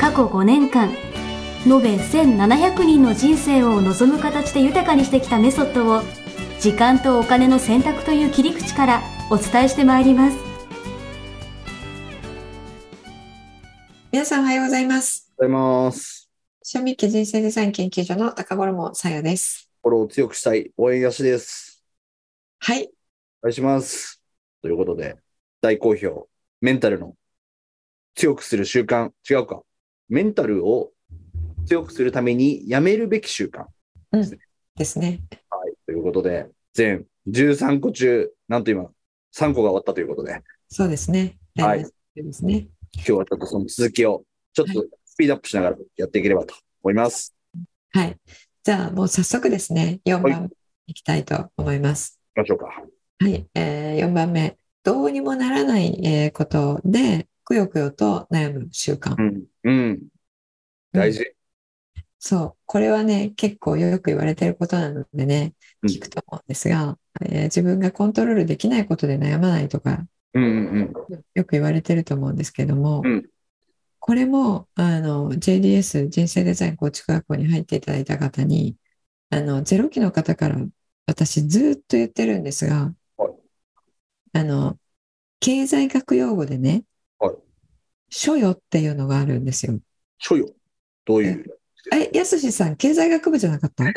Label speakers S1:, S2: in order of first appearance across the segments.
S1: 過去5年間延べ1700人の人生を望む形で豊かにしてきたメソッドを時間とお金の選択という切り口からお伝えしてまいります
S2: 皆さんおはようございます。
S3: ございます。
S2: 賞味期人生デザイン研究所の高頃もさやです。
S3: 心を強くしたい、応援やしです。
S2: はい。
S3: お願いします。ということで、大好評、メンタルの強くする習慣、違うか。メンタルを強くするためにやめるべき習慣。
S2: ですね。
S3: ということで、全13個中、なんと今、3個が終わったということで、
S2: そうですね。
S3: はい
S2: 来年ですね。
S3: 今日はちょっとその続きを、ちょっ
S2: は
S3: とスピードアップしながらやっていければと思います。
S2: はい。じゃあもう早速ですね、4
S3: はい
S2: 番いきたいと思います。
S3: 行きましょうか。
S2: はい。え4番目。どうにもならない、えーことで、くよくよと悩む習慣。
S3: うん。うん。大事。
S2: そう。これはね、結構よく言われてることなのでね、
S3: うん
S2: 聞くと思うんですが、えー自分がコントロールできないことで悩まないとか、
S3: うんうん
S2: よく言われてると思うんですけども、
S3: うん
S2: これもあの JDS 人生デザイン構築学校に入っていただいた方にあのゼロ期の方から私ずっと言ってるんですが、
S3: はい
S2: あの経済学用語でね、
S3: はい
S2: 所与っていうのがあるんですよ。
S3: 所与。どういう。
S2: え、やすしさん、経済学部じゃなかった
S3: い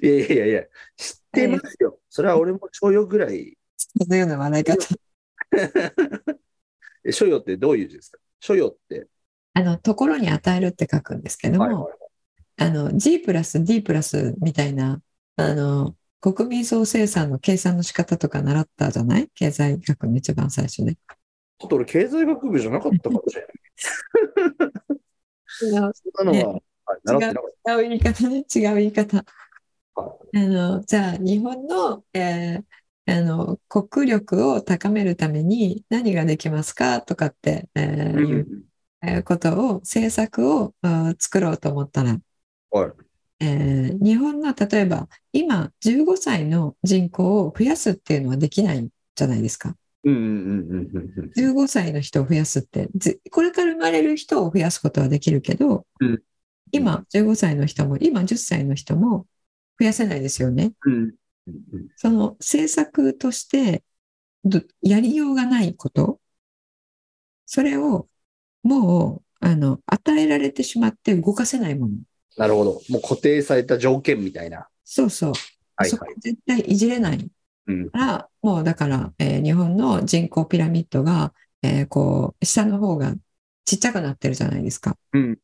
S3: やいやいやいや、知ってますよ。それは俺も所与ぐらい。
S2: そのような笑い方。
S3: え所与ってどういう字ですか所与って。
S2: あの、ところに与えるって書くんですけども、
S3: はいはい
S2: あの G プラス D プラスみたいなあの国民総生産の計算の仕方とか習ったじゃない経済学の一番最初ね。
S3: ちょっと俺、経済学部じゃなかったかもしれない。
S2: 違う
S3: そんなのは、はい、習ってなかっ
S2: 言い方ね違う言い方。あ
S3: た。はい
S2: のじゃあ日本の,、えーあの国力を高めるために何ができますかとかって、えー
S3: うんう
S2: いうんえーことを政策をあー作ろうと思ったら、
S3: はい
S2: えー日本の例えば今15歳の人口を増やすっていうのはできないじゃないですか。
S3: うんうんうんうんうん
S2: 15歳の人を増やすってずこれから生まれる人を増やすことはできるけど、
S3: うん
S2: 今15歳の人も今10歳の人も増やせないですよね。
S3: うんうん
S2: その政策としてどやりようがないことそれをもうあの与えられてしまって動かせないもの
S3: なるほど。もう固定された条件みたいな。
S2: そうそう、
S3: はい
S2: そこ
S3: はい。
S2: 絶対いじれない
S3: うん
S2: から、もうだから、えー日本の人口ピラミッドが、えーこう、下の方がちっちゃくなってるじゃないですか。
S3: うん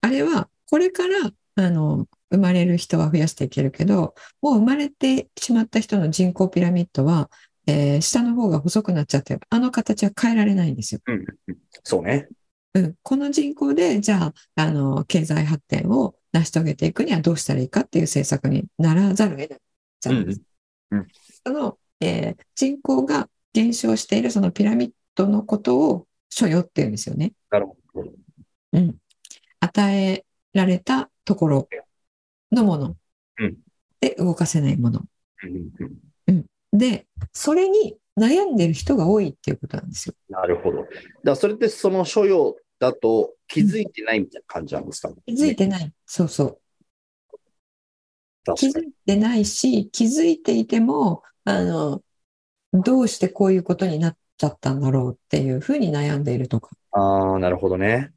S2: あれは、これから、あの、生まれる人は増やしていけるけど、もう生まれてしまった人の人口ピラミッドは、えー下の方が細くなっちゃって、あの形は変えられないんですよ。
S3: そうね。
S2: うん、この人口で、じゃあ、あの、経済発展を成し遂げていくにはどうしたらいいかっていう政策にならざるを得ないじゃないですか。
S3: うんうん
S2: その、えー人口が減少しているそのピラミッドのことを所与っていうんですよね。
S3: なるほど。
S2: うん。与えられたところのもの
S3: うん
S2: で動かせないもの。
S3: うんうん
S2: で、それに悩んでる人が多いっていうことなんですよ。
S3: なるほど。だからそれってその所与だと気づいてないみたいな感じなんですか
S2: 気づいて
S3: ね
S2: ない。そうそう。気
S3: 確か
S2: づ
S3: に
S2: いてないし気づいていてもあのどうしてこういうことになっちゃったんだろうっていうふうに悩んでいるとか、
S3: ああ、なるほどね。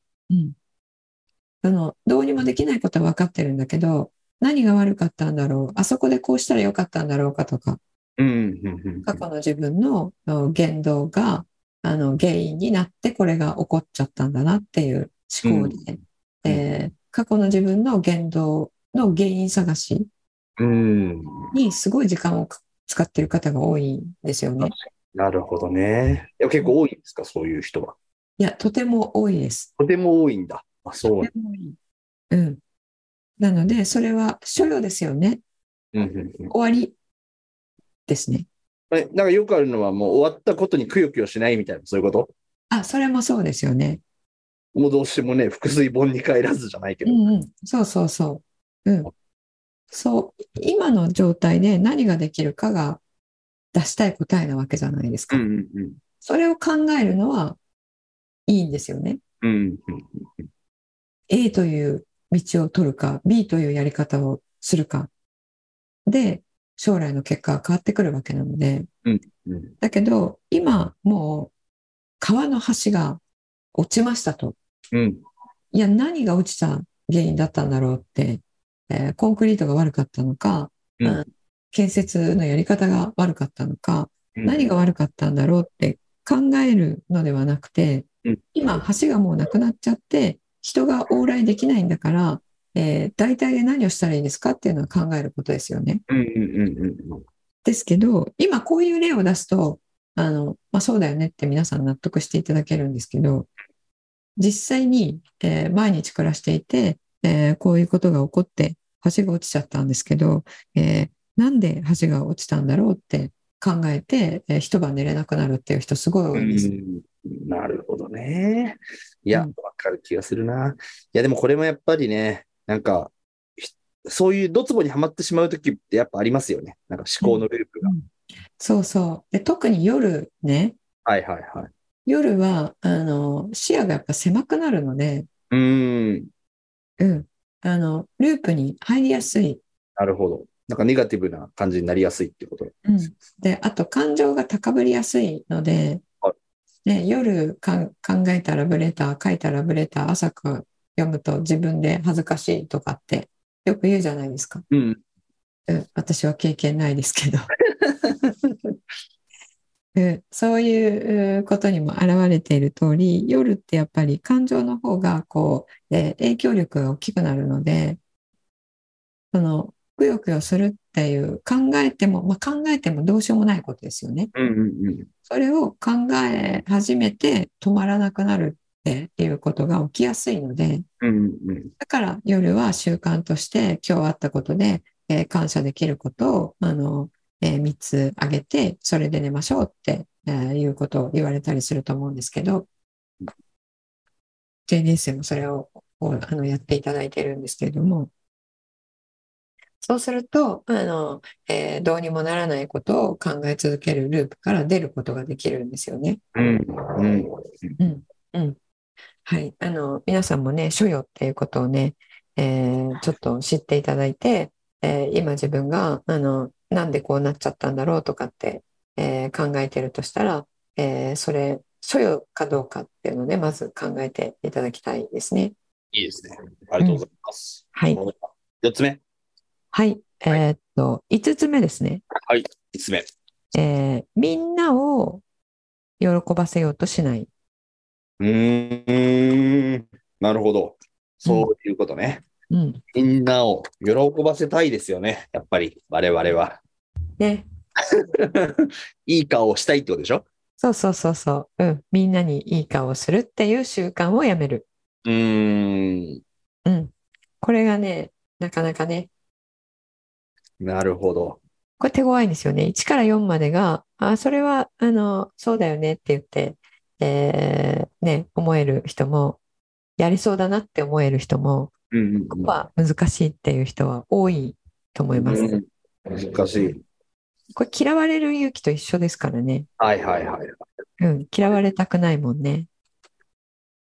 S2: そのどうにもできないことは分かってるんだけど何が悪かったんだろうあそこでこうしたらよかったんだろうかとか
S3: うんうんうんうん。
S2: 過去の自分のあの言動があの原因になってこれが起こっちゃったんだなっていう思考で、えー過去の自分の言動の原因探し
S3: うん。
S2: にすごい時間をか使ってる方が多いんですよね。
S3: なるほどね。いや結構多いんですか、そういう人は。
S2: いや、とても多いです。
S3: とても多いんだ。あ、そう
S2: とても多い。うん。なので、それは所要ですよね。
S3: うんうんうん
S2: 終わりですね。
S3: えなんかよくあるのは、もう終わったことにくよくよしないみたいな、そういうこと
S2: あ、それもそうですよね。
S3: もうどうしてもね、腹水本に帰らずじゃないけ
S2: う
S3: ど。
S2: んうん。そうそうそう。うん。そう。今の状態で何ができるかが出したい答えなわけじゃないですか。
S3: うんうん
S2: それを考えるのはいいんですよね。
S3: うん。うんうん。
S2: A という道を取るか、B というやり方をするか。で、将来の結果は変わってくるわけなので。
S3: うん
S2: だけど、今、もう、川の橋が落ちましたと。
S3: うん。
S2: いや、何が落ちた原因だったんだろうって、えーコンクリートが悪かったのか、
S3: うん
S2: あ建設のやり方が悪かったのか、
S3: うん
S2: 何が悪かったんだろうって考えるのではなくて
S3: うん、
S2: 今、橋がもうなくなっちゃって、人が往来できないんだから、えー大体で何をしたらいいですかっていうのは考えることですよね。
S3: うんうんうんうん
S2: ですけど、今こういう例を出すと、あの、まあ、そうだよねって皆さん納得していただけるんですけど、実際に、えー毎日暮らしていて、えーこういうことが起こって、橋が落ちちゃったんですけど、えーなんで橋が落ちたんだろうって考えて、えー一晩寝れなくなるっていう人すごい多
S3: う
S2: いです。
S3: ん。なるほどね。いや、
S2: う
S3: わ
S2: ん
S3: かる気がするな。いや、でもこれもやっぱりね、なんか、ひそういうドツボにはまってしまうときってやっぱありますよね。なんか思考のループが。
S2: そうそう。で、特に夜ね、
S3: はいはいはい。
S2: 夜は、あの、視野がやっぱ狭くなるので、
S3: うーん。
S2: うん。あの、ループに入りやすい。
S3: なるほど。なんかネガティブな感じになりやすいってこと。
S2: うん、であと感情が高ぶりやすいので
S3: は、
S2: ね、夜かん考えたらブレた書いたらブレた朝く読むと自分で恥ずかしいとかってよく言うじゃないですか、
S3: うん。
S2: うん、私は経験ないですけど、 うん、そういううんことにも表れている通り夜ってやっぱり感情の方がこう、えー影響力が大きくなるのでそのくよくよするっていう考えても、まあ、考えてもどうしようもないことですよね。
S3: うんうんうん。
S2: それを考え始めて止まらなくなるっていうことが起きやすいので、
S3: うんうん
S2: だから夜は習慣として今日あったことで、えー感謝できることを、あの、え3つ挙げて、それで寝ましょうって、えーいうことを言われたりすると思うんですけど、JDS でもそれをこうあのやっていただいてるんですけれども、そうすると、あの、えーどうにもならないことを考え続けるループから出ることができるんですよね。
S3: うんうん。
S2: はい、あの皆さんもね、所与っていうことをね、えーちょっと知っていただいて、えー今自分があのなんでこうなっちゃったんだろうとかって、えー考えてるとしたら、えーそれ所与かどうかっていうのでまず考えていただきたいですね。
S3: いいですね。ありがとうございます。
S2: はい、
S3: 4つ目。
S2: はい、えーっと5つ目ですね、
S3: はい。5つ目。
S2: えーみんなを喜ばせようとしない。
S3: うーん。なるほど。そういうことね。
S2: うん、
S3: みんなを喜ばせたいですよね。やっぱり我々は。
S2: ね、
S3: いい顔をしたいってことでしょ
S2: そうそうそうそう、うん、みんなにいい顔をするっていう習慣をやめる。
S3: うーん。
S2: うん。これがね、なかなかね、
S3: なるほど。
S2: これ手強いんですよね。1から4までが、あ、それは、あの、そうだよねって言って、えーね、思える人も、やりそうだなって思える人も、
S3: うんうん
S2: ここは難しいっていう人は多いと思いま
S3: う
S2: す。
S3: ん難しい。
S2: これ嫌われる勇気と一緒ですからね。
S3: はいはいはい。
S2: うん、嫌われたくないもんね。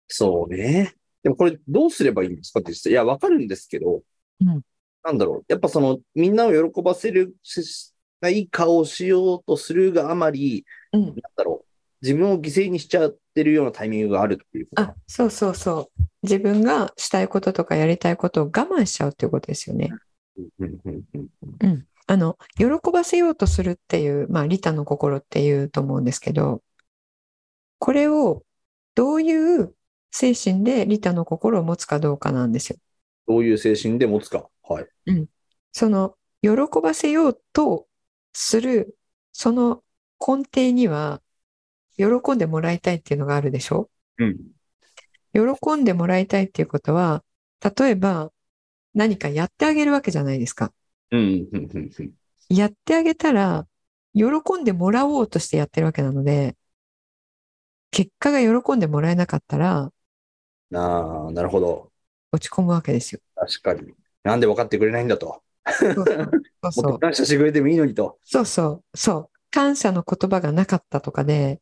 S3: そうね。でもこれどうすればいいんですかって実際いや、わかるんですけど、
S2: うん
S3: なんだろう。やっぱその、みんなを喜ばせる、しいい顔をしようとするがあまり、
S2: うん。
S3: なんだろう。自分を犠牲にしちゃってるようなタイミングがあるっていうこと。
S2: あ、そうそうそう。自分がしたいこととかやりたいことを我慢しちゃうっていうことですよね。
S3: うんうんうん
S2: あの、喜ばせようとするっていう、まあ、利他の心っていうと思うんですけど、これをどういう精神で利他の心を持つかどうかなんですよ。
S3: どういう精神で持つか。はい。
S2: その、喜ばせようとする、その根底には、喜んでもらいたいっていうのがあるでしょ
S3: うん。
S2: 喜んでもらいたいっていうことは、例えば何かやってあげるわけじゃないですか。
S3: うん、うん、うん、うん。
S2: やってあげたら、喜んでもらおうとしてやってるわけなので、結果が喜んでもらえなかったら
S3: ああ、なるほど。
S2: 落ち込むわけです よ。
S3: 確かに。なんで分かってくれないんだと。
S2: そうそう
S3: もっ
S2: そ
S3: と
S2: う
S3: 感謝してくれてもいいのにと。
S2: そうそう、そう。感謝の言葉がなかったとかで、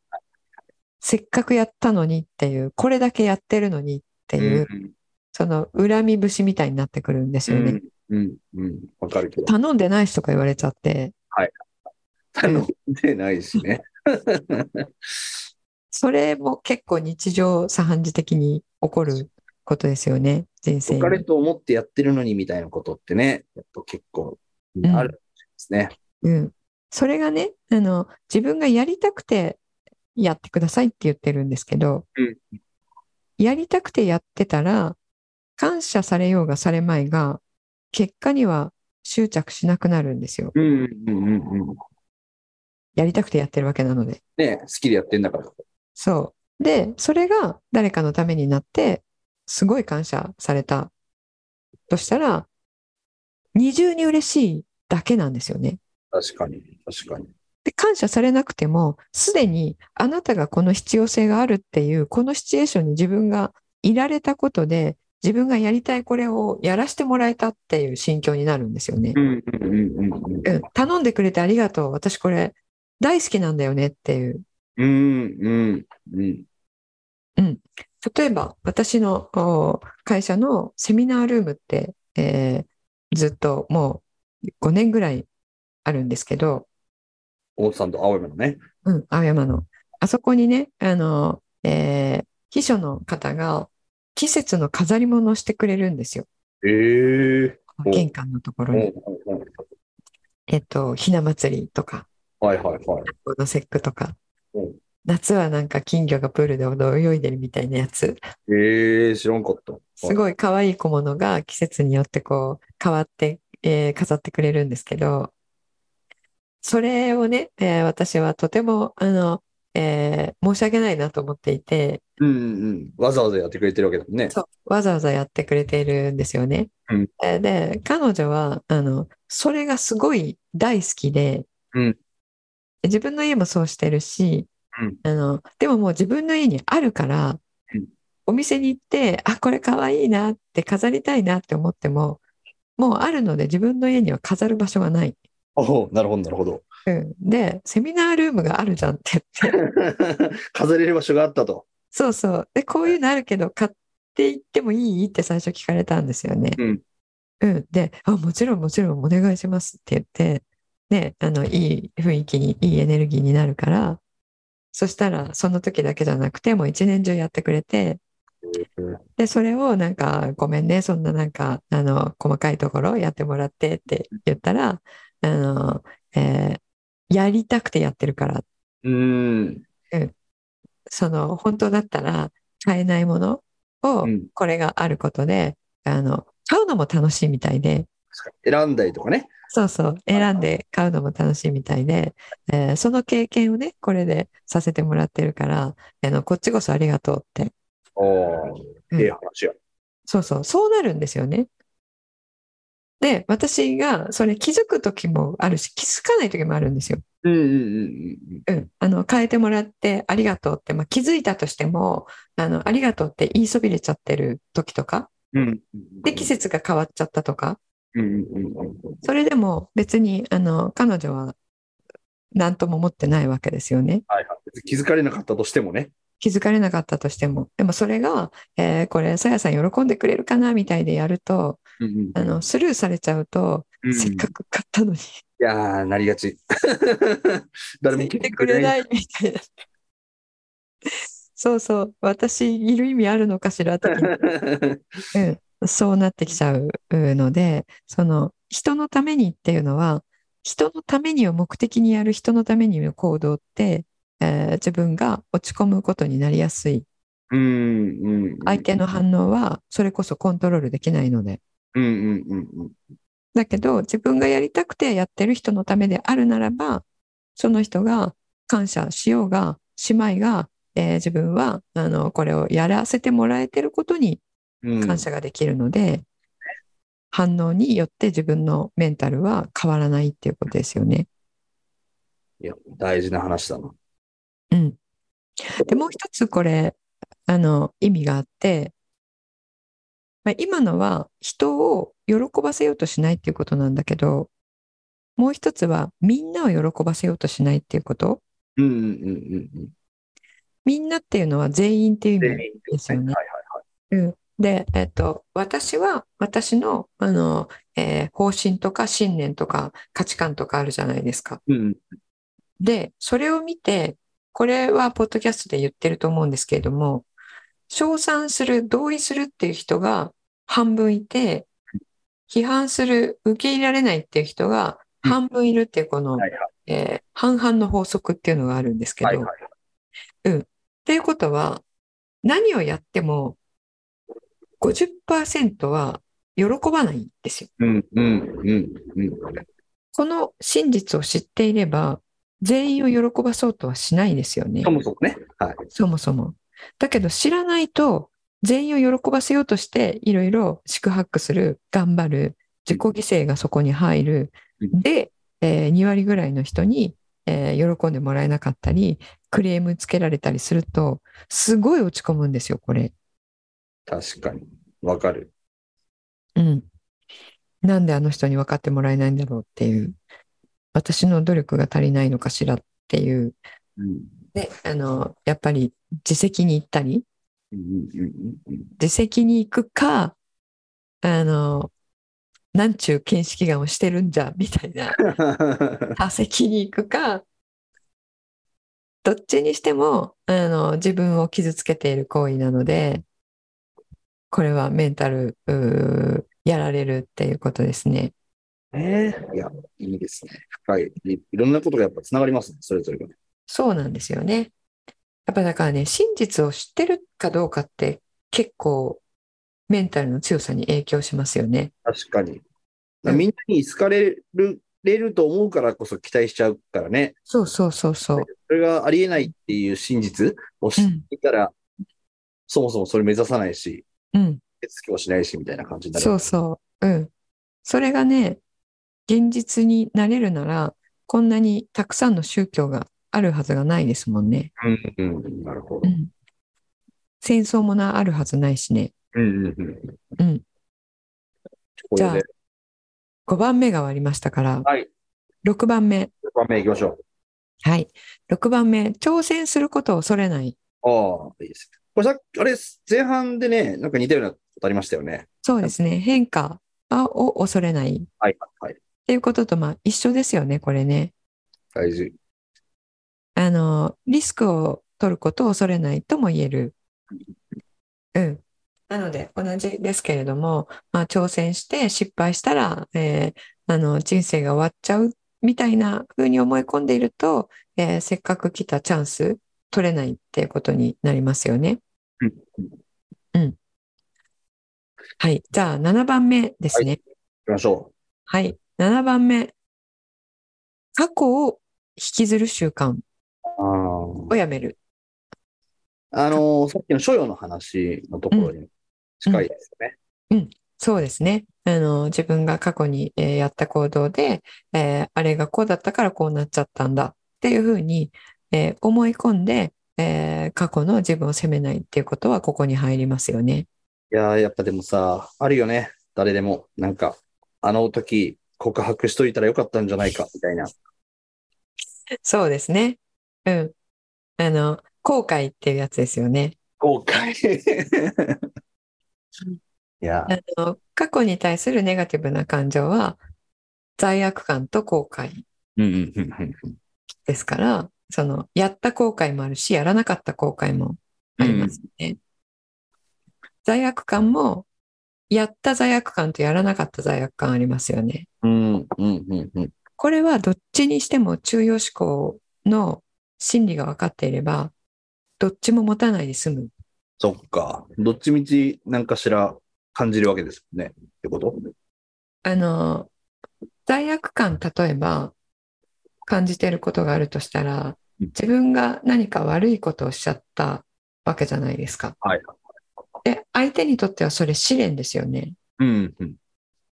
S2: せっかくやったのにっていう、これだけやってるのにっていう、
S3: ん、
S2: その恨み節みたいになってくるんです
S3: う
S2: よね。
S3: ん、うん、うん。わかるけど。
S2: 頼んでないしとか言われちゃって、
S3: 頼んでないしね。
S2: それも結構日常茶飯事的に起こることですよね、人生
S3: 良
S2: に
S3: かれと思ってやってるのにみたいなことってね、やっぱ結構
S2: ん
S3: あるんですね。
S2: うん。それがね、あの、自分がやりたくてやってくださいって言ってるんですけど、
S3: うん
S2: やりたくてやってたら、感謝されようがされまいが、結果には執着しなくなるんですよ。
S3: うん、うん、うん、うん。
S2: やりたくてやってるわけなので。
S3: ね好きでやってんだから。
S2: そう。で、それが誰かのためになって、すごい感謝されたとしたら、二重に嬉しいだけなんですよね。
S3: 確かに、確かに。
S2: で、感謝されなくても、すでにあなたがこの必要性があるっていう、このシチュエーションに自分がいられたことで、自分がやりたいこれをやらせてもらえたっていう心境になるんですよね。
S3: ん、うん、うん、うん。
S2: うん、頼んでくれてありがとう。私これ大好きなんだよねっていう。
S3: うん、うん、うん。
S2: 例えば、私のお会社のセミナールームって、えーずっともう5年ぐらいあるんですけど、
S3: 大津さんと青山のね。
S2: うん、青山の。あそこにね、あの、えー秘書の方が季節の飾り物をしてくれるんですよ。
S3: ええお
S2: 玄関のところ
S3: うん
S2: に。
S3: うんうん
S2: えっと、ひな祭りとか、
S3: はいはいはい。
S2: この節句とか
S3: うん。
S2: 夏はなんか金魚がプールで泳いでるみたいなやつ。
S3: ええ知らんかった。
S2: すごい可愛い小物が季節によってこう変わって、えー飾ってくれるんですけど、それをね、えー私はとても、あの、えー申し訳ないなと思っていて、
S3: うんうんうん。わざわざやってくれてるわけだもんね。
S2: そう、わざわざやってくれているんですよね。
S3: うん
S2: えーで、彼女は、あの、それがすごい大好きで、
S3: うん
S2: 自分の家もそうしてるし、
S3: うん
S2: あの、でももう自分の家にあるから、
S3: うん
S2: お店に行って、あ、これかわいいなって飾りたいなって思っても、もうあるので自分の家には飾る場所がない。
S3: おお、なるほどなるほど。
S2: うん、で、セミナールームがあるじゃんって言 って、
S3: 飾れる場所があったと。
S2: そうそう。で、こういうのあるけど、買って行ってもいいって最初聞かれたんですよね。
S3: うん。
S2: うん。で、あ、もちろんもちろんお願いしますって言って、ね、あの、いい雰囲気に、いいエネルギーになるから、そしたら、その時だけじゃなくて、もう一年中やってくれて、で、それをなんか、ごめんね、そんななんか、あの、細かいところやってもらってって言ったら、あの、えーやりたくてやってるから
S3: うん。
S2: その本当だったら買えないものを
S3: うん
S2: これがあることで、あの買うのも楽しいみたいで
S3: 選んだりとかね。
S2: そうそう選んで買うのも楽しいみたいで、えーその経験をねこれでさせてもらってるからあのこっちこそありがとうって
S3: おお、
S2: うん
S3: ええ話や。
S2: そうそうそうなるんですよね。で私がそれ気づく時もあるし気づかない時もあるんですよ。
S3: うんうんうんうん。
S2: うん、あの変えてもらってありがとうって、まあ、気づいたとしてもあのありがとうって言いそびれちゃってる時とか
S3: うん。
S2: で、季節が変わっちゃったとか、
S3: うんうんうんうん。
S2: それでも別に、あの、彼女は何とも思ってないわけですよね。
S3: はいはい。気づかれなかったとしてもね。
S2: 気づかれなかったとしても。でもそれが、えーこれ、さやさん喜んでくれるかなみたいでやると、
S3: うん
S2: あの、スルーされちゃうと、
S3: うん
S2: せっか
S3: い
S2: く買ったのに、
S3: やー、なりがち。 誰も。
S2: 言ってくれないいみたい な。そうそう、私いる意味あるのかしら的 なうん、そうなってきちゃうので、その人のためにっていうのは、人のためにを目的にやる人のためにの行動って、えー自分が落ち込むことになりやすい。
S3: うんうん。
S2: 相手の反応はそれこそコントロールできないので。
S3: うんうんうんうん。
S2: だけど、自分がやりたくてやってる人のためであるならば、その人が感謝しようが、しまいが、えー自分はあのこれをやらせてもらえてることに
S3: うん
S2: 感謝ができるので、反応によって自分のメンタルは変わらないっていうことですよね。
S3: いや、大事な話だな。
S2: うん、でもう一つこれあの意味があって、まあ、今のは人を喜ばせようとしないっていうことなんだけどもう一つはみんなを喜ばせようとしないっていうこと
S3: うんうんうんうんうん。
S2: みんなっていうのは全員っていう意味
S3: 全員
S2: ですよね
S3: はいはい
S2: で、えっと、私は私の、あの、えー方針とか信念とか価値観とかあるじゃないですか。
S3: はい。うん。
S2: で、それを見て、これはポッドキャストで言ってると思うんですけれども、称賛する、同意するっていう人が半分いて、批判する、受け入れられないっていう人が半分いるっていう、この、
S3: はいはい。
S2: えー半々の法則っていうのがあるんですけど、
S3: はいはいはい。
S2: っていうことは、何をやっても50%は喜ばないんですよ。
S3: うんうんうんうん。
S2: この真実を知っていれば、全員を喜ばそうとはしないですよね
S3: そ。もそもね。はい。
S2: そもそも。だけど知らないと、全員を喜ばせようとして、いろいろ宿泊する、頑張る、自己犠牲がそこに入る。
S3: うん
S2: で、え2割ぐらいの人に、えー喜んでもらえなかったり、クレームつけられたりすると、すごい落ち込むんですよ、これ。
S3: 確かに。わかる。
S2: うん。なんであの人に分かってもらえないんだろうっていう、私の努力が足りないのかしらっていう、
S3: うん。
S2: で、あの、やっぱり自責に行ったり、
S3: うんうんうんうん。
S2: 自責に行くか、あの、なんちゅう見識眼をしてるんじゃ、みたいな、 他責に行くか、どっちにしても、あの、自分を傷つけている行為なので、これはメンタル、うーやられるっていうことですね。
S3: ええいや、いいですね。深い。いいろんなことがやっぱつながりますね、それぞれがね。
S2: そうなんですよね。やっぱだからね、真実を知ってるかどうかって結構メンタルの強さに影響しますよね。
S3: 確かに。だからみんなに好かれる、れると思うからこそ期待しちゃうからね。
S2: そうそうそうそう。
S3: それがありえないっていう真実を知っていたら、そもそもそれ目指さないし、
S2: うん、
S3: 手つきもしないしみたいな感じになる。
S2: そうそう。うん。それがね、現実になれるなら、こんなにたくさんの宗教があるはずがないですもんね。
S3: うんうん、なるほ
S2: う
S3: ど。
S2: ん。戦争もな、あるはずないしね。
S3: うんうんうん。
S2: うん。
S3: ここ
S2: じゃあ
S3: で、
S2: 5番目が終わりましたから、
S3: はい
S2: 6番目。
S3: 6番目行きましょ
S2: はい。6番目。挑戦することを恐れない。
S3: う。ああ、いいです。これさっき、あれ、前半でね、なんか似たようなことありましたよね。
S2: そうですね。変化を恐れないっ
S3: はい、はい。
S2: ていうことと、まあ一緒ですよね、これね。
S3: 大事。
S2: あの、リスクを取ることを恐れないとも言える。うん。なので、同じですけれども、まあ挑戦して失敗したら、えーあの、人生が終わっちゃうみたいな風に思い込んでいると、えーせっかく来たチャンス取れないっていうことになりますよね。
S3: うん
S2: うん。はい。じゃあ、7番目ですね。
S3: 行きましょ
S2: はい。7番目。過去を引きずる習慣
S3: う。ああ
S2: を。やめる。
S3: あのーさっきの所要の話のところに近いですよね。
S2: そうですね。あの、自分が過去に、えーやった行動で、えーあれがこうだったからこうなっちゃったんだっていうふうに、えー思い込んで、えー過去の自分を責めないっていうことはここに入りますよね。
S3: いやー、やっぱでもさ、あるよね。誰でも。なんか、あの時告白しといたらよかったんじゃないか、みたいな。
S2: そうですね。うん。あの、後悔っていうやつですよね。
S3: 後悔。いや、
S2: あの、過去に対するネガティブな感情は、罪悪感と後悔。
S3: うんうんうんうん
S2: ですから、その、やった後悔もあるし、やらなかった後悔もありますよね。罪悪感も、やった罪悪感とやらなかった罪悪感ありますよね。
S3: うんうんうんうん。
S2: これはどっちにしても中庸思考の心理が分かっていれば、どっちも持たないで済む。
S3: そっか。どっちみち何かしら感じるわけですよね。ってこと
S2: あの、罪悪感、例えば、感じてることがあるとしたら、
S3: うん
S2: 自分が何か悪いことをしちゃったわけじゃないですか。
S3: はい。
S2: で、相手にとってはそれ試練ですよね。
S3: うん、うん。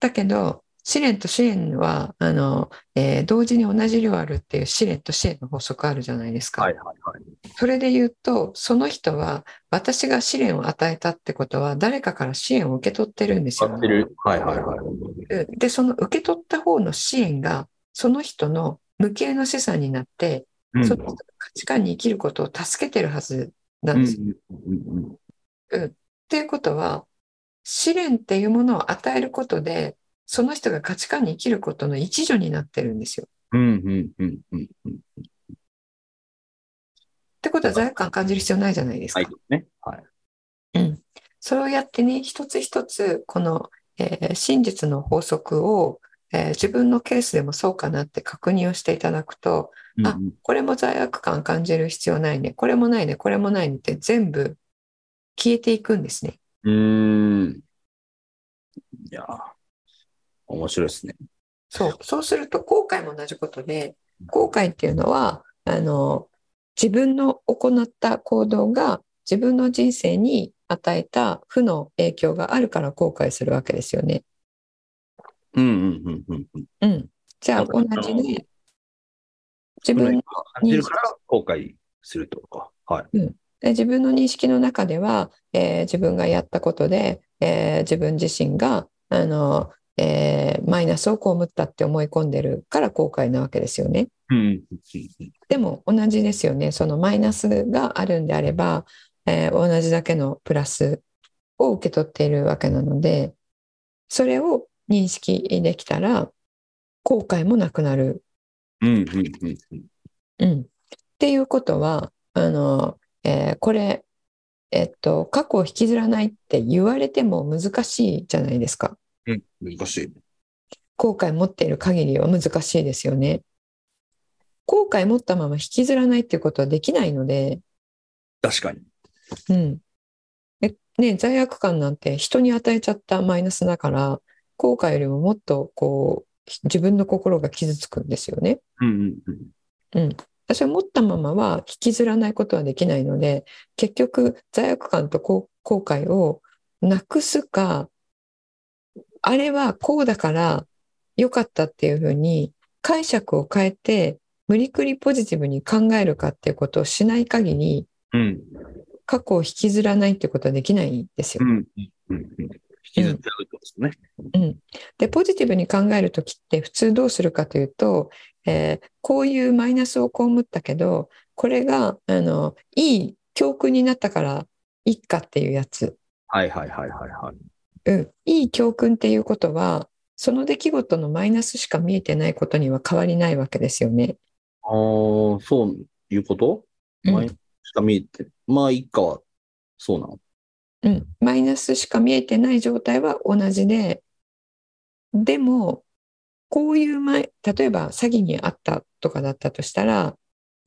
S2: だけど、試練と支援は、あの、えー同時に同じ量あるっていう試練と支援の法則あるじゃないですか。
S3: はい、はい、はい。
S2: それで言うと、その人は私が試練を与えたってことは、誰かから支援を受け取ってるんです
S3: 使
S2: よ、
S3: ってる。はい、はい、はい。
S2: で、その受け取った方の支援が、その人の無形の資産になって、
S3: うん
S2: その人の価値観に生きることを助けてるはずなんですよ。
S3: うんうん
S2: っていうことは、試練っていうものを与えることで、その人が価値観に生きることの一助になってるんですよ。
S3: うんうんうんうんうん。
S2: ってことは罪悪感感じる必要ないじゃないですか。
S3: はい。ね。はい。
S2: うん、それをやってね、一つ一つ、この、えー真実の法則を、えー自分のケースでもそうかなって確認をしていただくと、あ
S3: うんうん
S2: これも罪悪感感じる必要ないね、これもないね、これもないねって全部消えていくんですね。
S3: うーん。いやー、面白いですね。
S2: そう。そうすると後悔も同じことで、後悔っていうのは、あの、自分の行った行動が自分の人生に与えた負の影響があるから後悔するわけですよね。
S3: うんうんうんうんうん。
S2: うん。じゃあ、同
S3: なんか
S2: じで、自分の
S3: 感じるから後悔するってことか。はい。
S2: で自分の認識の中では、えー自分がやったことで、えー自分自身が、あの、えーマイナスを被ったって思い込んでるから後悔なわけですよね。
S3: うんうんうん
S2: でも同じですよね。そのマイナスがあるんであれば、えー同じだけのプラスを受け取っているわけなので、それを認識できたら、後悔もなくなる
S3: うんうんうんうん。
S2: うん、っていうことはあの、えーこれ、えっと、過去を引きずらないって言われても難しいじゃないですか
S3: うん。難しい。
S2: 後悔持っている限りは難しいですよね後悔持ったまま引きずらないっていうことはできないので、
S3: 確かに。
S2: うんえね、罪悪感なんて人に与えちゃったマイナスだから後悔よりももっとこう自分の心が傷つくんですよね
S3: うんうんうん。
S2: それを持ったままは引きずらないことはできないので結局罪悪感とこう後悔をなくすかあれはこうだから良かったっていうふうに解釈を変えて無理くりポジティブに考えるかっていうことをしない限り
S3: うん
S2: 過去を引きずらないっていうことはできないんですよ
S3: う。んうんうんうん。引きずってあるってことですね。
S2: でポジティブに考える時って普通どうするかというと、えーこういうマイナスを被ったけどこれがあのいい教訓になったからいいかっていうやつ、
S3: はいはいはいはいはい。
S2: うん、いい教訓っていうことはその出来事のマイナスしか見えてないことには変わりないわけですよね。
S3: ああ、そういうこと
S2: うん
S3: 前しか見えて。まあ、一家は、そうなの。
S2: うん、マイナスしか見えてない状態は同じででもこういう前例えば詐欺にあったとかだったとしたら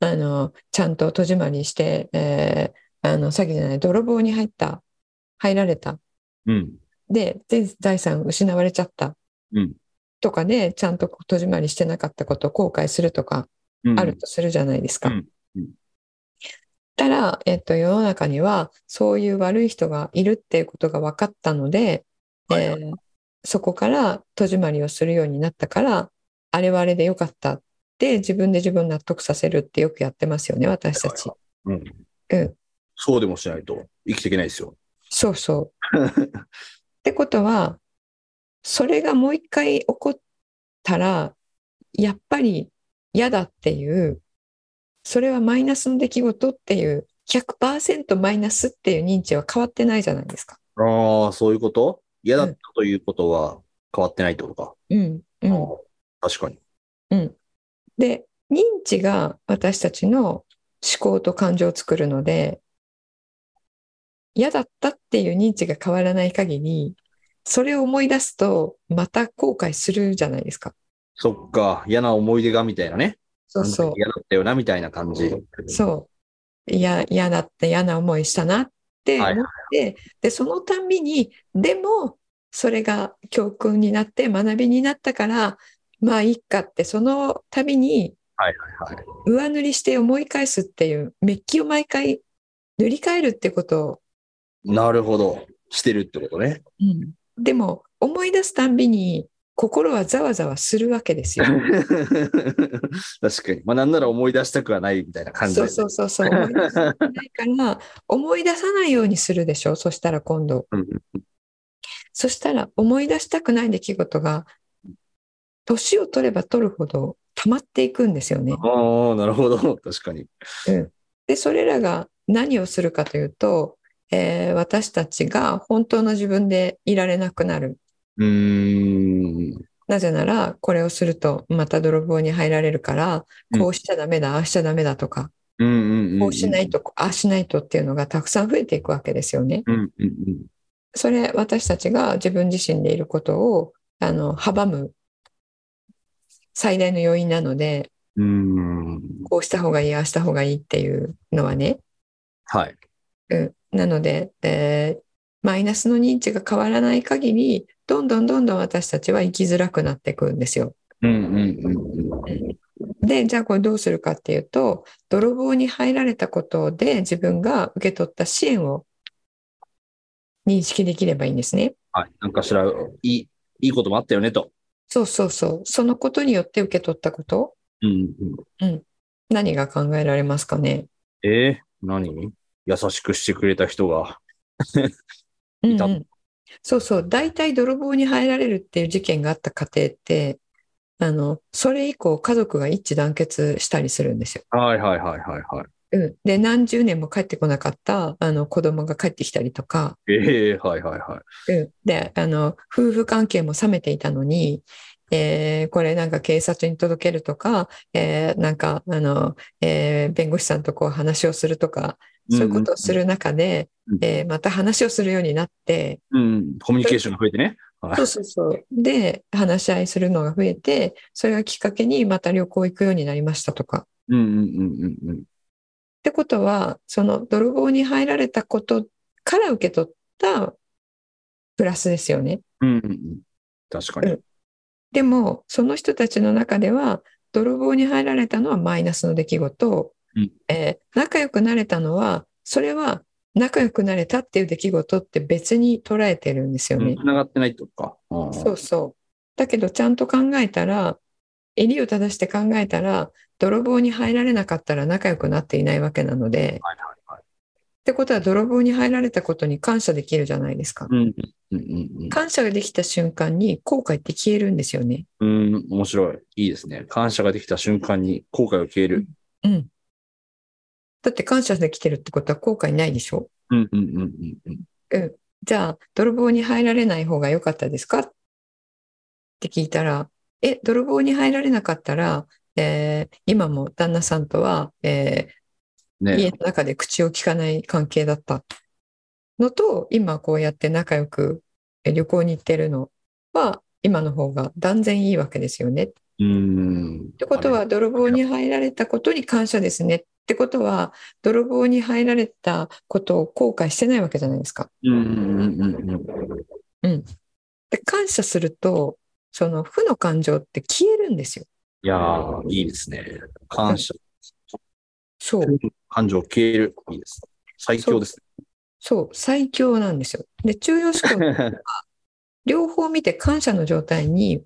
S2: あのちゃんと戸締まりして、えーあの詐欺じゃない泥棒に入った入られた
S3: うん。
S2: で全財産失われちゃった、
S3: うん
S2: とかでちゃんと戸締まりしてなかったことを後悔するとか
S3: うん
S2: あるとするじゃないですか。
S3: うんうん
S2: たら、えっと、世の中にはそういう悪い人がいるっていうことが分かったので、
S3: はい
S2: えーそこから戸締まりをするようになったからあれはあれでよかったって自分で自分を納得させるってよくやってますよね私たち。
S3: うん
S2: うん
S3: そうでもしないと生きていけないですよ。
S2: そうそう。 ってことはそれがもう一回起こったらやっぱり嫌だっていうそれはマイナスの出来事っていう100%マイナスっていう認知は変わってないじゃないですか。
S3: ああ、そういうこと嫌だったということは変わってないってことか。
S2: うんう
S3: あ
S2: ん、
S3: ー確かに。
S2: で認知が私たちの思考と感情を作るので嫌だったっていう認知が変わらない限りそれを思い出すとまた後悔するじゃないですか。
S3: そっか、嫌な思い出がみたいなね。
S2: そうそう
S3: 嫌だったよなみたいな感じ。
S2: そう。いや、嫌だって嫌な思いしたなって
S3: は
S2: 思
S3: い
S2: って、で、そのたんびに、でも、それが教訓になって学びになったから、まあいいかって、その度に
S3: はいはいはい。
S2: 上塗りして思い返すっていうメッキを毎回塗り替えるってことを
S3: なるほど。してるってことね。
S2: でも思い出すたんびに心はざわざわするわけですよ。
S3: 確かに。まあ、なんなら思い出したくはないみたいな 感じ
S2: そ
S3: で
S2: う
S3: す
S2: そ
S3: ね。
S2: うそうそう。思い出さないから思い出さないようにするでしょ。そしたら今度
S3: うん。
S2: そしたら思い出したくない出来事が年を取れば取るほど溜まっていくんですよね。
S3: ああ、なるほど。確かに。
S2: でそれらが何をするかというと、えー私たちが本当の自分でいられなくなる。
S3: うーん。
S2: なぜならこれをするとまた泥棒に入られるから
S3: うん
S2: こうしちゃダメだ、ああしちゃダメだとか
S3: うんうんうん。
S2: こうしない。と、ああしないとっていうのがたくさん増えていくわけですよね。
S3: うんうんうん。
S2: それ、私たちが自分自身でいることを、あの、阻む最大の要因なので、
S3: うーん。
S2: こうした方がいい、ああした方がいいっていうのはね。
S3: はい。
S2: うん。なので、えーマイナスの認知が変わらない限り、どんどんどんどん私たちは生きづらくなっていくんですよ。
S3: うんうんうんうん。
S2: で、じゃあこれどうするかっていうと、泥棒に入られたことで自分が受け取った支援を認識できればいいんですね。
S3: はい。なんかしら、いい、いいこともあったよねと。
S2: そうそうそう。そのことによって受け取ったこと、
S3: うんうん。
S2: 何が考えられますかね。
S3: ええ何優しくしてくれた人が。
S2: うん
S3: いた
S2: うん、そうそう。大体泥棒に入られるっていう事件があった家庭って、あの、それ以降家族が一致団結したりするんですよ。
S3: はいはいはいはいは
S2: うん。で、何十年も帰ってこなかった、あの、子供が帰ってきたりとか、
S3: い。ええはいはいはい。
S2: うん、であの夫婦関係も冷めていたのに、えーこれなんか警察に届けるとか、えーなんかあの、えー弁護士さんとこう話をするとかそういうことをする中で、
S3: うんうん
S2: えーまた話をするようになって
S3: うん。コミュニケーションが増えてね。はい
S2: そうそうそうで話し合いするのが増えてそれがきっかけにまた旅行行くようになりましたとか。
S3: うんうんうんうんうん。
S2: ってことはその泥棒に入られたことから受け取ったプラスですよね。
S3: うんうんうん。確かに。
S2: でも、その人たちの中では、泥棒に入られたのはマイナスの出来事、
S3: うん
S2: えー仲良くなれたのは、それは仲良くなれたっていう出来事って別に捉えてるんですよね。
S3: つながってないとか。うん
S2: そうそう。だけど、ちゃんと考えたら、襟を正して考えたら、泥棒に入られなかったら仲良くなっていないわけなので、
S3: はいはいはい。
S2: ってことは泥棒に入られたことに感謝できるじゃないですか。
S3: うんうんうん
S2: 感謝ができた瞬間に後悔って消えるんですよね。
S3: うん。うん、面白い。いいですね。感謝ができた瞬間に後悔が消える。
S2: うん。だって感謝できてるってことは後悔ないでしょ
S3: うんうんうんうんうん。
S2: じゃあ、泥棒に入られない方が良かったですかって聞いたら、え、泥棒に入られなかったら、えー今も旦那さんとは、えー
S3: ね
S2: 家の中で口を聞かない関係だったのと、今こうやって仲良くえ旅行に行ってるのは、今の方が断然いいわけですよね。っ
S3: うん。って
S2: ことは、泥棒に入られたことに感謝ですね。ってことは、泥棒に入られたことを後悔してないわけじゃないですか。
S3: うんうんうんうんうん。
S2: で感謝するとその負の感情って消えるんですよ。
S3: いやー、いいですね。感謝。
S2: そう
S3: 感情消える。いいです。最強です。
S2: そう最強なんですよ。で中庸思考
S3: ね
S2: 両方見て感謝の状態に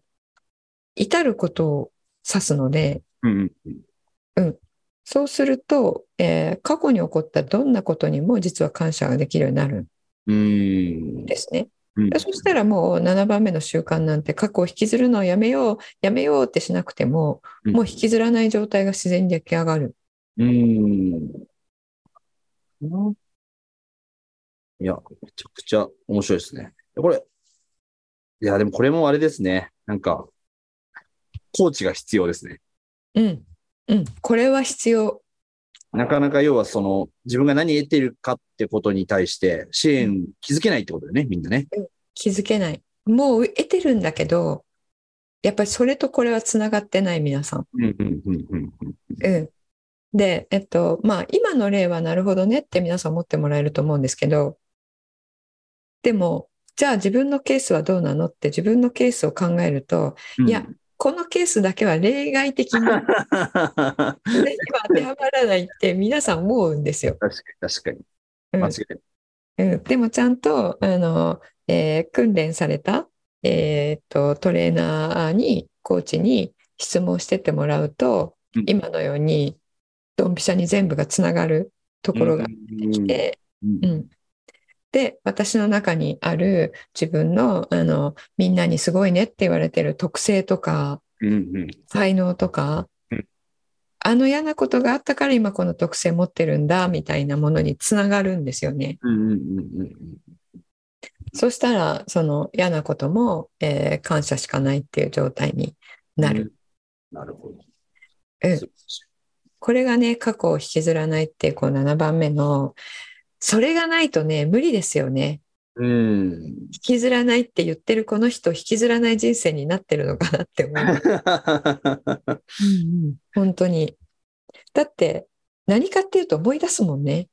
S2: 至ることを指すので
S3: うん
S2: そうすると、えー過去に起こったどんなことにも実は感謝ができるようになる
S3: うんん。
S2: ですね。
S3: うん
S2: でそしたらもう7番目の習慣なんて過去を引きずるのをやめようやめようってしなくても
S3: うん
S2: もう引きずらない状態が自然に出来上がる。
S3: うん。いや、めちゃくちゃ面白いですね。これ、いや、でもこれもあれですね。なんか、コーチが必要ですね。
S2: うん、うん、これは必要。
S3: なかなか要はその、自分が何得てるかってことに対して支援気づけないってことだよね、みんなね。
S2: 気づけない。もう得てるんだけど、やっぱりそれとこれはつながってない皆さん。
S3: うん、うん、うん、うん。
S2: うん。で、えっと、まあ今の例はなるほどねって皆さん思ってもらえると思うんですけど、でも、じゃあ自分のケースはどうなのって自分のケースを考えると、
S3: うん
S2: いや、このケースだけは例外 的に、これには当てはまらないって皆さん思うんですよ。
S3: 確かに、確かに。
S2: うん
S3: 間違いない。
S2: うん、でもちゃんと、あの、えー訓練された、えーっと、トレーナーに、コーチに質問してってもらうと
S3: うん、
S2: 今のように、ドンピシャに全部がつながるところが
S3: 来
S2: 来、て、
S3: うん
S2: うん。で、私の中にある自分の、あの、みんなにすごいねって言われてる特性とか、
S3: うんうん。
S2: 才能とか
S3: うん、
S2: あの嫌なことがあったから今この特性持ってるんだ、みたいなものにつながるんですよね。
S3: うんうんうんうん
S2: そしたら、その嫌なことも、えー感謝しかないっていう状態になる。。
S3: うんなるほど。
S2: うん
S3: 素晴らしい
S2: これがね、過去を引きずらないっていう、こう7番目の、それがないとね、無理ですよね。
S3: うん。
S2: 引きずらないって言ってるこの人、引きずらない人生になってるのかなって思う。 本当に。だって、何かっていうと思い出すもんね。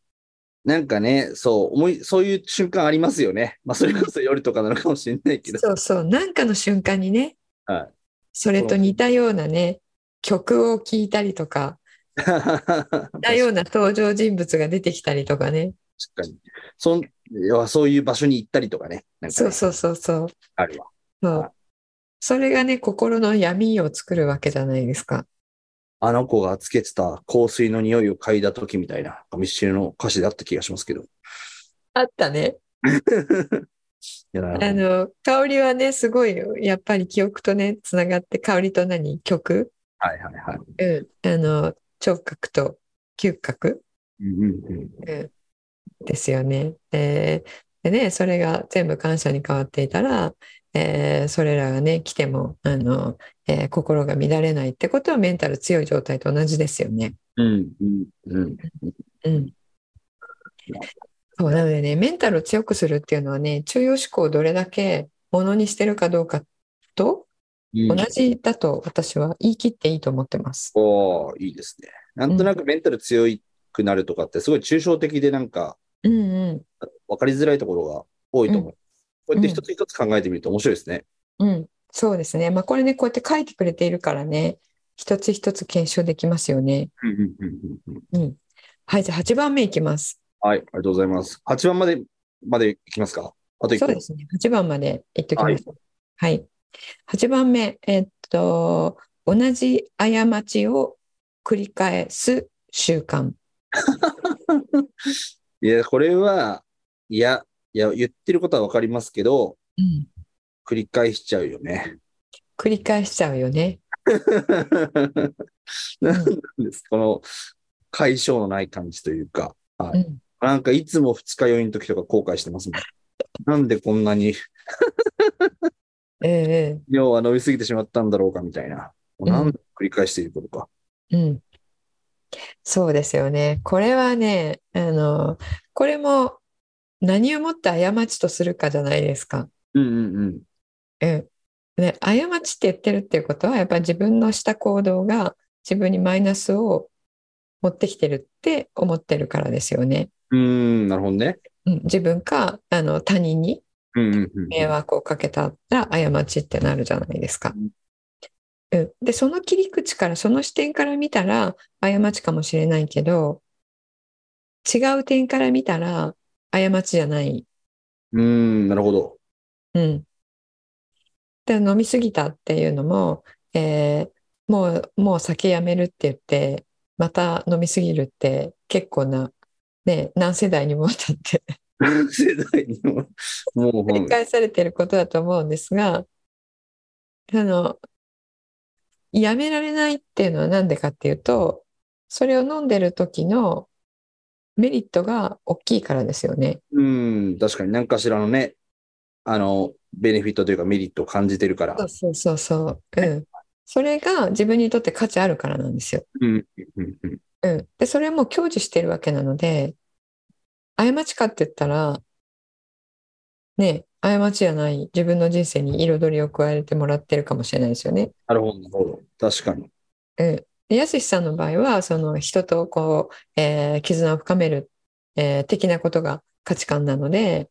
S3: なんかね、そう、思い、そういう瞬間ありますよね。まあ、それこそ夜とかなのかもしれない けど。
S2: そうそう、なんかの瞬間にね、
S3: はい
S2: それと似たようなね、曲を聴いたりとか、似たような登場人物が出てきたりとかね。
S3: 確かに。そんいやそういう場所に行ったりとかね。なんか
S2: そ
S3: ね
S2: うそうそうそう。
S3: あるわ。
S2: そう。それがね、心の闇を作るわけじゃないですか。
S3: あの子がつけてた香水の匂いを嗅いだ時みたいな、ミッシェルの歌詞だった気がしますけど。い
S2: あったね。
S3: やなるほど
S2: あの、香りはね、すごい、やっぱり記憶とね、つながって、香りと何曲
S3: はいはいはい。
S2: うん。あの、聴覚と嗅覚
S3: うんうんうん
S2: ですよね。ででね、それが全部感謝に変わっていたら、えーそれらがね、来ても、あの、えー心が乱れないってことはメンタル強い状態と同じですよね。
S3: うんうんうん。
S2: うん。そう、なのでね、メンタルを強くするっていうのはね、中庸思考をどれだけものにしてるかどうかと
S3: うん
S2: 同じだと私は言い切っていいと思ってます。
S3: おーいいですね。なんとなくメンタル強くなるとかって、すごい抽象的でなんか
S2: うんう
S3: 分かりづらいところが多いと思う。こうやって一つ一つ考えてみると面白いですね。
S2: ん。うん。そうですね。まあこれね、こうやって書いてくれているからね、一つ一つ検証できますよね。
S3: うんうんうんうんうん
S2: うん。はい、じゃあ8番目いきます。
S3: はい、ありがとうございます。8番まで、までいきますかあと1個。
S2: そうですね。8番までいっときます。はい。8番目、えっと、同じ過ちを繰り返す習慣。
S3: いや、これは、いや、いや、言ってることは分かりますけど、
S2: うん。
S3: 繰り返しちゃうよね。
S2: 繰り返しちゃうよね。
S3: なんですこの解消のない感じというか、は
S2: う
S3: い、
S2: ん、
S3: なんかいつも二日酔いの時とか後悔してますもん。 なんでこんなに
S2: え
S3: 量は飲みすぎてしまったんだろうかみたいな。
S2: ん
S3: なんで繰り返していることか。
S2: えうん。そうですよね。これはね、あの、これも何をもって過ちとするかじゃないですか。
S3: うんうんうん。
S2: うん。ね、過ちって言ってるっていうことは、やっぱり自分のした行動が自分にマイナスを持ってきてるって思ってるからですよね。
S3: うーん、なるほどね。
S2: うん、自分か、あの、他人に
S3: うんうんうん。
S2: 迷惑をかけたら過ちってなるじゃないですか
S3: うん。
S2: うん、でその切り口からその視点から見たら過ちかもしれないけど違う点から見たら過ちじゃない。
S3: うーん、なるほど。
S2: うん、で飲みすぎたっていうのも、えーもうもう酒やめるって言ってまた飲みすぎるって結構な、ね、何世代にもわたって
S3: 世代にも、もう、
S2: 繰り返されてることだと思うんですが、あの、やめられないっていうのは何でかっていうと、それを飲んでる時のメリットが大きいからですよね。
S3: うーん、確かに何かしらのね、あの、ベネフィットというかメリットを感じてるから。
S2: そうそうそうそう。うん。それが自分にとって価値あるからなんですよ。
S3: うんうんうん
S2: うん。で、それも享受してるわけなので、過ちかって言ったら、ね、過ちじゃない自分の人生に彩りを加えてもらってるかもしれないですよね。
S3: なるほど、なるほど。確かに。
S2: うん、でやすしさんの場合はその人とこう、えー絆を深める、えー的なことが価値観なので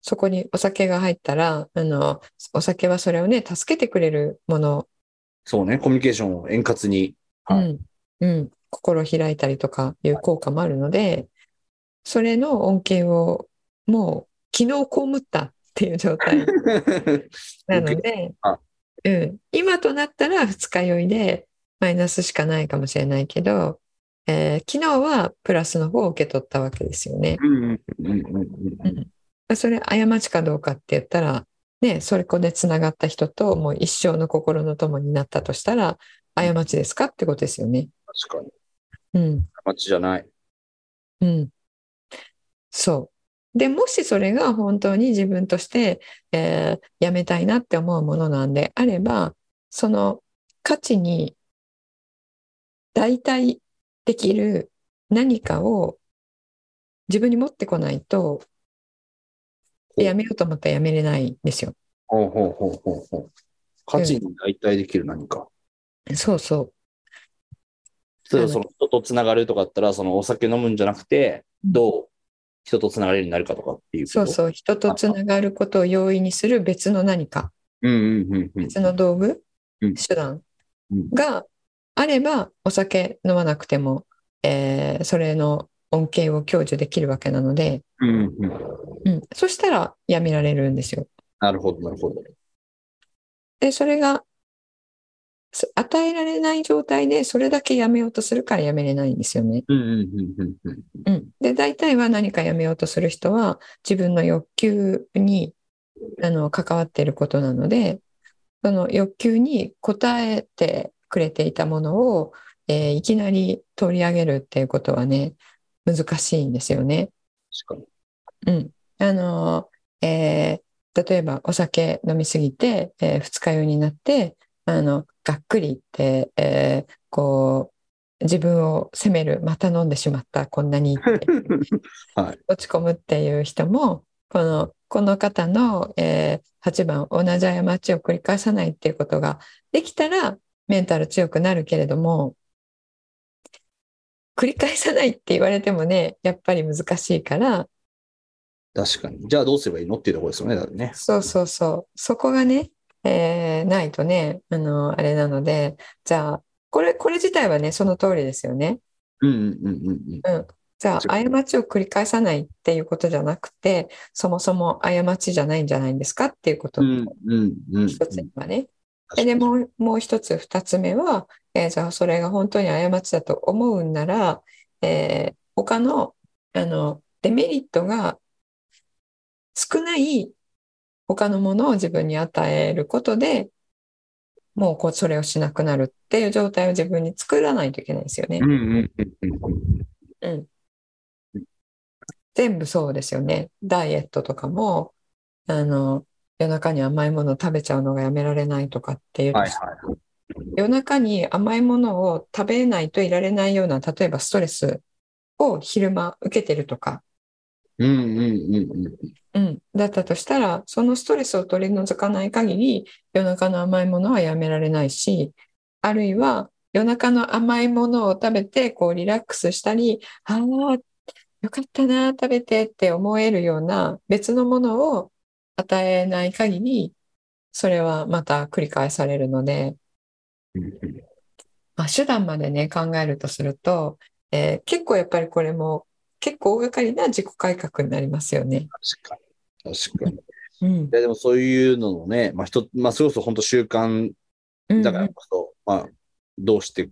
S2: そこにお酒が入ったらあのお酒はそれをね助けてくれるもの
S3: そうね、コミュニケーションを円滑に。
S2: う
S3: はい
S2: ん、うん、心を開いたりとかいう効果もあるので、それの恩恵をもう昨日被ったっていう状 態なので
S3: あ、
S2: うん、今となったら二日酔いでマイナスしかないかもしれないけど、えー昨日はプラスの方を受け取ったわけですよね。
S3: うんうんうんうんうんうん
S2: それ過ちかどうかって言ったら、ね、それこでつながった人ともう一生の心の友になったとしたら、過ちですかってことですよね。
S3: 確かに。
S2: うん。
S3: 過ちじゃない。
S2: うん。そう。で、もしそれが本当に自分として、えーやめたいなって思うものなんであれば、その価値に代替できる何かを自分に持ってこないと、
S3: ほう
S2: やめようと思ったらやめれないんですよ。
S3: ほうほうほうほうほう。価値に代替できる何か。
S2: そうそ
S3: 例えばその人とつながるとかだったら、そのお酒飲むんじゃなくて、どう人とつながれるようになるかとかっていう
S2: う。そう
S3: う。
S2: そう。人とつながることを容易にする別の何か。
S3: うんうんうんうん。
S2: 別の道具、
S3: うん
S2: 手段
S3: うん
S2: があればお酒飲まなくても、えーそれの恩恵を享受できるわけなので、
S3: うんうんうん
S2: うん、そしたらやめられるんですよ。
S3: なるほど、なるほど。
S2: でそれがそ与えられない状態でそれだけやめようとするからやめれないんですよね。
S3: うんうんうんうんうん。
S2: うん、で大体は何かやめようとする人は自分の欲求にあの関わっていることなのでその欲求に応えてくれていたものを、えーいきなり取り上げるっていうことはね難しいんですよね。
S3: 確か
S2: うん、あのえー例えばお酒飲みすぎて、えー二日酔いになってあのがっくりって、えーこう自分を責めるまた飲んでしまったこんなにって
S3: に。
S2: 落ち込むっていう人もこのこの方の、えー8番同じ過ちを繰り返さないっていうことができたらメンタル強くなるけれども繰り返さないって言われてもねやっぱり難しいから
S3: 確かに。じゃあどうすればいいのっていうところですよね、だってね。
S2: そうそうそうそこがね、えーないとねあのあれなのでじゃあこれこれ自体はねその通りですよね。
S3: うんうんうんうん
S2: じゃあ
S3: そう
S2: 過ちを繰り返さないっていうことじゃなくてそもそも過ちじゃないんじゃないんですかっていうこと。
S3: うんうんうん。
S2: 一つにはね。
S3: 確
S2: え
S3: かに
S2: でもうもう一つ二つ目は、えーじゃあそれが本当に過ちだと思うんなら、えー他のあのデメリットが少ない他のものを自分に与えることでもうこうそれをしなくなるっていう状態を自分に作らないといけないですよね
S3: う。んうんうんうん。
S2: 全部そうですよね。ダイエットとかもあの夜中に甘いもの食べちゃうのがやめられないとかっていう
S3: はいはい。
S2: 夜中に甘いものを食べないといられないような例えばストレスを昼間受けてるとか、
S3: うんうんうんうん。
S2: うん、だったとしたらそのストレスを取り除かない限り夜中の甘いものはやめられないしあるいは夜中の甘いものを食べてこうリラックスしたりああよかったな食べてって思えるような別のものを与えない限りそれはまた繰り返されるので。まあ、手段までね考えるとすると、えー結構やっぱりこれも結構大掛かりな自己改革になりますよね。
S3: 確かに。確かに。い
S2: うん、
S3: やでもそういうののね、まあ一つ、まあそれこそ本当習慣だからこそ、まあどうしていく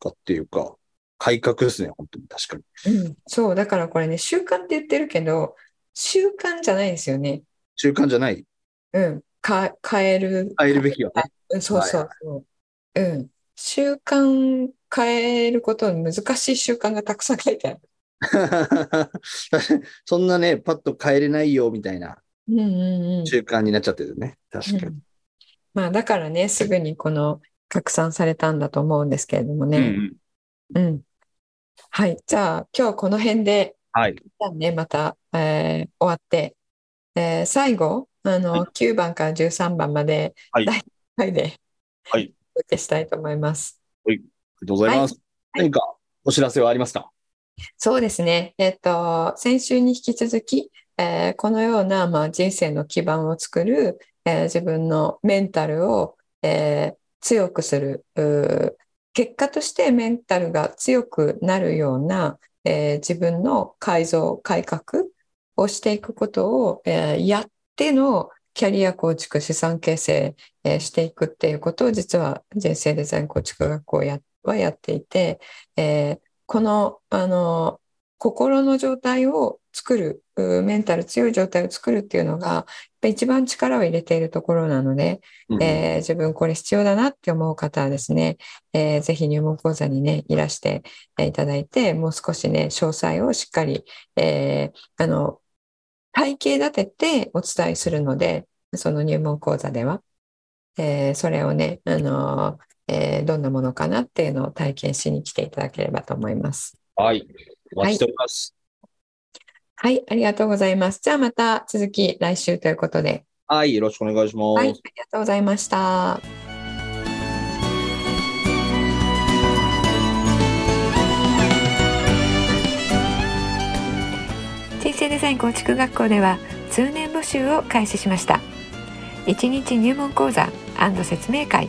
S3: かっていうか、改革ですね、本当に確かに。
S2: うんうんそうだからこれね習慣って言ってるけど習慣じゃないですよね。
S3: 習慣じゃない、
S2: うん、か変える
S3: 変えるべきはね。
S2: うんそうそうそう、うん、習慣変えること難しい習慣がたくさん書いてある。
S3: そんなね、パッと変えれないよみたいな
S2: うんうんうん、
S3: 習慣になっちゃってるね。確か
S2: う
S3: に。
S2: んまあだからねすぐにこの拡散されたんだと思うんですけれどもね。
S3: うん
S2: うん。はい。じゃあ、今日この辺で、
S3: はい。
S2: 一旦ね、また、えー終わって、えー最後、あの、
S3: は
S2: 9番から13番まで、
S3: はい
S2: 第1回で、
S3: はい
S2: お受けしたいと思います。
S3: ありがとうございます。
S2: はい
S3: 何かお知らせはありますか
S2: そうですね。えっと、先週に引き続き、えーこのような、まあ、人生の基盤を作る、えー自分のメンタルを、えー強くするうー結果としてメンタルが強くなるような、えー自分の改造改革をしていくことを、えーやってのキャリア構築資産形成、えーしていくっていうことを実は人生デザイン構築学校やはやっていて、えーこのあの心の状態を作るうーメンタル強い状態を作るっていうのがやっぱ一番力を入れているところなので、
S3: うん
S2: えー自分これ必要だなって思う方はですね、えーぜひ入門講座にね、いらしてえーいただいて、もう少しね、詳細をしっかり、えーあの、体系立ててお伝えするので、その入門講座では、えーそれをね、あのーえーどんなものかなっていうのを体験しに来ていただければと思います。
S3: はい。お待ちしております。
S2: はい、ありがとうございます。じゃあまた続き来週ということで。
S3: はい。よろしくお願いします。
S2: はい、ありがとうございました。
S4: 人生デザイン構築学校では通年募集を開始しました1日入門講座説明会